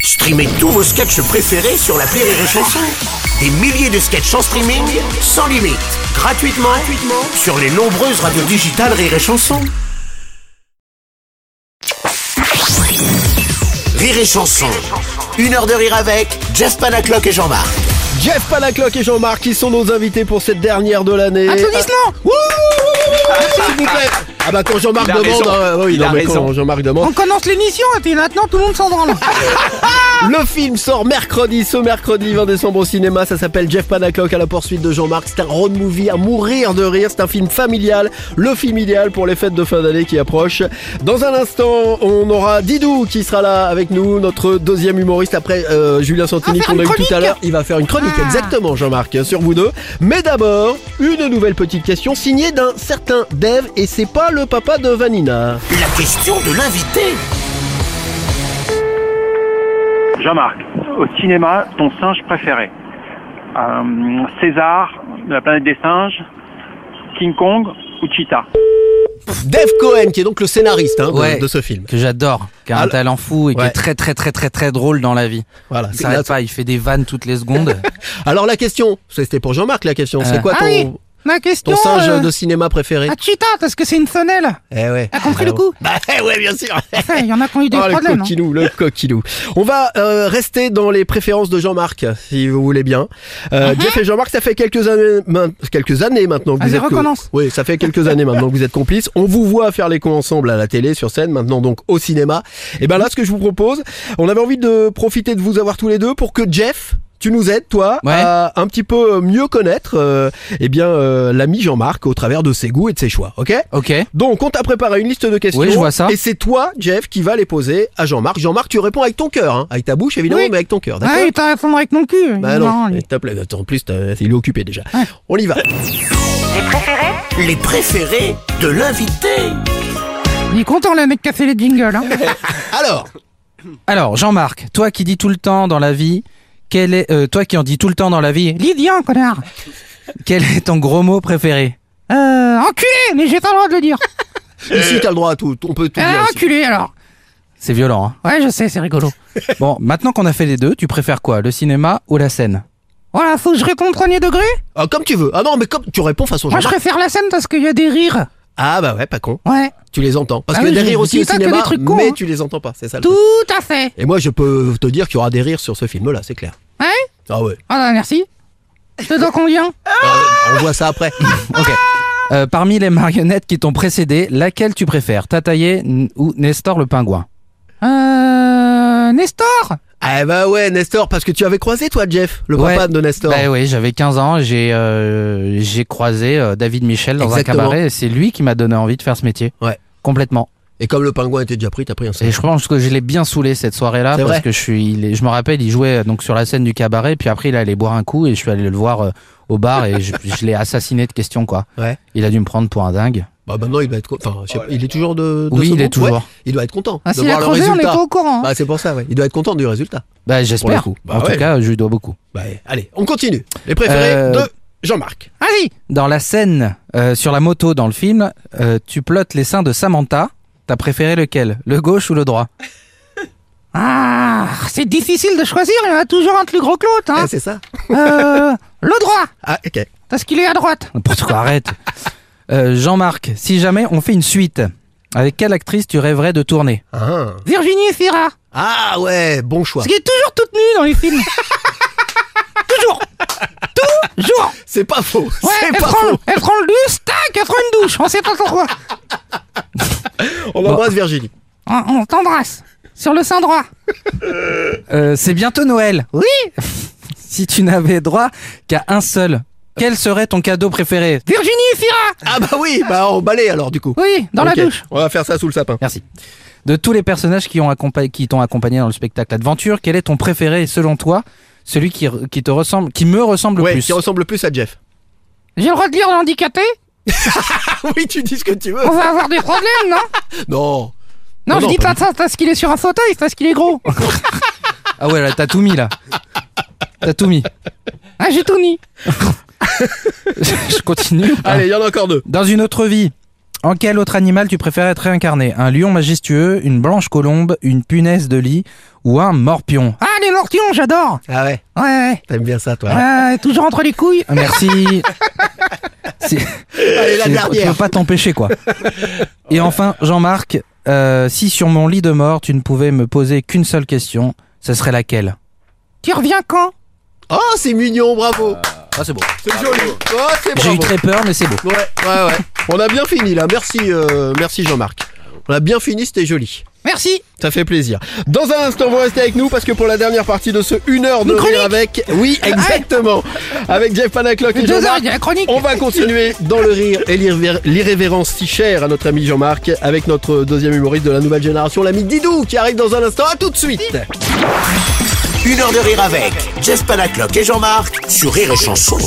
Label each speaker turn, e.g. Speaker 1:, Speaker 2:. Speaker 1: Streamez tous vos sketchs préférés sur la Rire et Chanson. Des milliers de sketchs en streaming, sans limite, gratuitement, gratuitement sur les nombreuses radios digitales Rire et Chanson. Rire et Chanson. Une heure de rire avec Jeff Panaclock et Jean-Marc.
Speaker 2: Jeff Panacloc et Jean-Marc qui sont nos invités pour cette dernière de l'année.
Speaker 3: Applaudissements
Speaker 2: Ah, wouh, S'il vous plaît Ah bah quand Jean-Marc
Speaker 4: Il a
Speaker 2: demande,
Speaker 4: raison.
Speaker 2: hein, oui,
Speaker 4: Il
Speaker 2: non,
Speaker 4: a
Speaker 2: mais quand
Speaker 4: raison.
Speaker 2: Jean-Marc demande,
Speaker 3: On commence l'émission et puis maintenant tout le monde s'en branle.
Speaker 2: le film sort mercredi, ce mercredi 20 décembre au cinéma, ça s'appelle Jeff Panacloc à la poursuite de Jean-Marc, c'est un road movie à mourir de rire, c'est un film familial, le film idéal pour les fêtes de fin d'année qui approchent. Dans un instant, on aura Didou qui sera là avec nous, notre deuxième humoriste après euh, Julien Santini
Speaker 3: Ah, faire
Speaker 2: qu'on a eu
Speaker 3: une
Speaker 2: tout à
Speaker 3: chronique
Speaker 2: l'heure, il va faire une chronique,
Speaker 3: Ah.
Speaker 2: exactement. Exactement, Jean-Marc, hein, sur vous deux. Mais d'abord, une nouvelle petite question signée d'un certain Dev, et c'est pas le papa de Vanina.
Speaker 1: La question de l'invité.
Speaker 5: Jean-Marc, au cinéma, ton singe préféré Euh, César, de la planète des singes, King Kong ou Cheetah
Speaker 2: Dev Cohen, qui est donc le scénariste hein, de,
Speaker 6: Ouais.
Speaker 2: de ce film.
Speaker 6: que j'adore, qui a un
Speaker 2: Alors-
Speaker 6: talent fou et qui
Speaker 2: Ouais.
Speaker 6: est très très très très très drôle dans la vie.
Speaker 2: Voilà,
Speaker 6: Il
Speaker 2: c'est
Speaker 6: s'arrête
Speaker 2: grâce-
Speaker 6: pas, il fait des vannes toutes les secondes.
Speaker 2: Alors la question, c'était pour Jean-Marc la question, c'est
Speaker 6: Euh.
Speaker 2: quoi
Speaker 3: Ah
Speaker 2: ton,
Speaker 3: oui. Ma
Speaker 2: ton
Speaker 3: question.
Speaker 2: singe
Speaker 3: euh,
Speaker 2: de cinéma préféré
Speaker 3: Ah, Cheetah, parce que c'est une sonnelle.
Speaker 2: Eh ouais.
Speaker 3: T'as compris le
Speaker 2: Ah,
Speaker 3: coup
Speaker 2: Bah eh ouais, bien sûr
Speaker 3: Enfin, Il y en a qui ont eu des
Speaker 2: Oh, le
Speaker 3: problèmes. hein.
Speaker 2: coquilou, le coquilou. On va euh, rester dans les préférences de Jean-Marc, si vous voulez bien.
Speaker 3: Ah,
Speaker 2: Euh, Jeff
Speaker 3: hein
Speaker 2: et Jean-Marc, ça fait quelques années, main- quelques années maintenant que vous
Speaker 3: Allez,
Speaker 2: êtes.
Speaker 3: Ah, recommence.
Speaker 2: Oui, ça fait quelques années maintenant que vous êtes complices. On vous voit faire les cons ensemble à la télé, sur scène, maintenant donc au cinéma. Et ben là, ce que je vous propose, on avait envie de profiter de vous avoir tous les deux pour que Jeff. Tu nous aides, toi,
Speaker 6: Ouais.
Speaker 2: à un petit peu mieux connaître, euh, eh bien, euh, l'ami Jean-Marc au travers de ses goûts et de ses choix, ok
Speaker 6: ok.
Speaker 2: donc, on t'a préparé une liste de questions.
Speaker 6: Oui, je vois ça.
Speaker 2: Et c'est toi, Jeff, qui va les poser à Jean-Marc. Jean-Marc, tu réponds avec ton cœur, hein. avec ta bouche évidemment,
Speaker 3: Oui.
Speaker 2: mais avec ton cœur, d'accord
Speaker 3: Ah, il t'a répondu avec mon cul.
Speaker 2: Bah
Speaker 3: Il est
Speaker 2: non,
Speaker 3: marrant, lui.
Speaker 2: s'il te plaît. Attends, en plus, t'as- il est occupé déjà. On y va.
Speaker 1: Les préférés de l'invité.
Speaker 3: Il est content, le mec, qui a fait les jingles. hein.
Speaker 2: Alors,
Speaker 6: Alors Jean-Marc, toi qui dis tout le temps dans la vie, quel est, euh, toi qui en dis tout le temps dans la vie,
Speaker 3: Lydian, connard.
Speaker 6: quel est ton gros mot préféré
Speaker 3: Euh, enculé, mais j'ai pas le droit de le dire.
Speaker 2: ici, t'as le droit à tout. On peut tout
Speaker 3: Euh,
Speaker 2: dire. ici.
Speaker 3: enculé, alors.
Speaker 6: C'est violent. Hein
Speaker 3: Ouais, je sais, c'est rigolo.
Speaker 6: bon, maintenant qu'on a fait les deux, tu préfères quoi, le cinéma ou la scène
Speaker 3: Voilà, faut que je réponde premier degré.
Speaker 2: Ah, comme tu veux. Ah non, mais comme tu réponds façon
Speaker 3: Moi, je
Speaker 2: Jean-Marc.
Speaker 3: préfère la scène parce qu'il y a des rires.
Speaker 2: Ah bah ouais, pas con.
Speaker 3: Ouais,
Speaker 2: Tu les entends. Parce
Speaker 3: Ah
Speaker 2: qu'il
Speaker 3: oui,
Speaker 2: y a
Speaker 3: je
Speaker 2: des rires
Speaker 3: dis
Speaker 2: aussi au
Speaker 3: pas que
Speaker 2: cinéma,
Speaker 3: des trucs cons,
Speaker 2: mais
Speaker 3: hein.
Speaker 2: tu les entends pas. C'est ça. le
Speaker 3: tout
Speaker 2: truc.
Speaker 3: à fait.
Speaker 2: Et moi, je peux te dire qu'il y aura des rires sur ce film-là, c'est clair.
Speaker 3: Ouais
Speaker 2: Ah ouais.
Speaker 3: Ah, bah, merci. Je te combien
Speaker 2: Ah, on voit ça après.
Speaker 6: Ok. Euh, parmi les marionnettes qui t'ont précédé, laquelle tu préfères Tataillé n- ou Nestor le pingouin
Speaker 3: Euh. Nestor
Speaker 2: ah bah ouais, Nestor, parce que tu avais croisé toi, Jeff, le
Speaker 6: Ouais.
Speaker 2: papa de Nestor.
Speaker 6: Bah oui, j'avais 15 ans, j'ai euh, j'ai croisé euh, David Michel dans
Speaker 2: Exactement.
Speaker 6: un cabaret et c'est lui qui m'a donné envie de faire ce métier.
Speaker 2: Ouais.
Speaker 6: Complètement.
Speaker 2: Et comme le pingouin était déjà pris, t'as pris un seul.
Speaker 6: Et je pense que je l'ai bien saoulé cette soirée-là
Speaker 2: C'est
Speaker 6: parce
Speaker 2: vrai.
Speaker 6: que je suis il est- je me rappelle, il jouait euh, donc sur la scène du cabaret puis après il allait boire un coup et je suis allé le voir euh, au bar et je, je l'ai assassiné de questions quoi.
Speaker 2: Ouais.
Speaker 6: Il a dû me prendre pour un dingue.
Speaker 2: Bah maintenant il va être co- enfin je sais pas, il est toujours de, de
Speaker 6: Oui,
Speaker 2: ce
Speaker 6: il est
Speaker 2: groupe, ouais.
Speaker 6: toujours.
Speaker 2: il doit être content
Speaker 3: Ah,
Speaker 2: de
Speaker 3: s'il a
Speaker 2: voir le
Speaker 3: creusé, on n'est
Speaker 2: résultat.
Speaker 3: pas au courant. hein.
Speaker 2: Bah c'est pour ça ouais. Il doit être content du résultat.
Speaker 6: Bah j'espère.
Speaker 2: coup. Bah
Speaker 6: en
Speaker 2: ouais.
Speaker 6: tout cas, je lui dois beaucoup.
Speaker 2: Bah allez, on continue. Les préférés
Speaker 6: Euh,
Speaker 2: de Jean-Marc.
Speaker 3: Vas-y
Speaker 6: Dans la scène euh, sur la moto dans le film, euh, tu plottes les seins de Samantha. T'as préféré lequel Le gauche ou le droit
Speaker 3: Ah, c'est difficile de choisir, il y en a toujours un plus gros que l'autre. Hein.
Speaker 2: Ah, c'est ça.
Speaker 3: Euh, le droit,
Speaker 2: Ah OK.
Speaker 3: parce qu'il est à droite.
Speaker 6: N'importe quoi, arrête. Euh, Jean-Marc, si jamais on fait une suite, avec quelle actrice tu rêverais de tourner
Speaker 2: Ah,
Speaker 3: Virginie Fira,
Speaker 2: Ah, ouais, bon choix.
Speaker 3: parce qu'il est toujours toute nue dans les films. toujours Toujours
Speaker 2: C'est pas faux.
Speaker 3: Ouais,
Speaker 2: c'est
Speaker 3: elle
Speaker 2: pas
Speaker 3: prend,
Speaker 2: faux.
Speaker 3: elle prend le bus, tac, elle prend une douche, on sait pas pourquoi.
Speaker 2: On embrasse Virginie.
Speaker 3: On, on t'embrasse, sur le sein droit.
Speaker 6: Euh, C'est bientôt Noël.
Speaker 3: Oui
Speaker 6: Si tu n'avais droit qu'à un seul, quel serait ton cadeau préféré
Speaker 3: Virginie Fira
Speaker 2: Ah bah oui, bah on balaye alors du coup.
Speaker 3: Oui, dans
Speaker 2: Ok,
Speaker 3: la douche.
Speaker 2: On va faire ça sous le sapin.
Speaker 6: Merci. De tous les personnages qui ont accompa- qui t'ont accompagné dans le spectacle Adventure, quel est ton préféré et selon toi celui qui, re- qui te ressemble, qui me ressemble
Speaker 2: ouais,
Speaker 6: le plus
Speaker 2: qui ressemble le plus à Jeff.
Speaker 3: J'ai le droit de lire l'handicapé
Speaker 2: Ah oui, tu dis ce que tu veux.
Speaker 3: On va avoir des problèmes, non
Speaker 2: Non.
Speaker 3: Non,
Speaker 2: Non,
Speaker 3: je
Speaker 2: non,
Speaker 3: dis
Speaker 2: pas
Speaker 3: pas ça parce qu'il est sur un fauteuil, c'est parce qu'il est gros.
Speaker 6: Ah ouais, là, t'as tout mis là. T'as tout mis.
Speaker 3: Ah, j'ai tout mis.
Speaker 6: Je continue. ou pas
Speaker 3: Ah.
Speaker 2: Allez, il y en a encore deux.
Speaker 6: Dans une autre vie, En quel autre animal tu préfères être réincarné Un lion majestueux, une blanche colombe, une punaise de lit ou un morpion
Speaker 3: Ah, les mortions, j'adore
Speaker 2: Ah ouais,
Speaker 3: Ouais, ouais.
Speaker 2: t'aimes bien ça, toi.
Speaker 3: Ouais, toujours entre les couilles.
Speaker 6: Ah, Merci. C'est-
Speaker 2: Allez, la
Speaker 6: c'est- Tu
Speaker 2: dernière.
Speaker 6: peux pas t'empêcher, quoi. Et enfin, Jean-Marc, euh, si sur mon lit de mort, tu ne pouvais me poser qu'une seule question, ce serait laquelle
Speaker 3: Tu reviens quand
Speaker 2: Oh, c'est mignon, bravo.
Speaker 6: Ah, c'est beau.
Speaker 2: C'est joli. Oh, c'est
Speaker 6: J'ai eu
Speaker 2: bravo.
Speaker 6: très peur, mais c'est beau.
Speaker 2: Ouais, ouais, ouais. On a bien fini là. Merci, euh, merci Jean-Marc. On a bien fini, c'était joli.
Speaker 3: Merci.
Speaker 2: Ça fait plaisir. Dans un instant, vous restez avec nous parce que pour la dernière partie de ce 1 heure de
Speaker 3: Une
Speaker 2: rire
Speaker 3: chronique.
Speaker 2: avec. Oui, exactement. avec Jeff Panaclock et
Speaker 3: Deux heures,
Speaker 2: Jean-Marc.
Speaker 3: il y a la chronique.
Speaker 2: On va continuer dans le rire et l'irré- l'irrévérence si chère à notre ami Jean-Marc avec notre deuxième humoriste de la nouvelle génération, l'ami Didou, qui arrive dans un instant. À tout de suite.
Speaker 1: Une heure de rire avec Jeff Panaclock et Jean-Marc sur Rire et Chanson.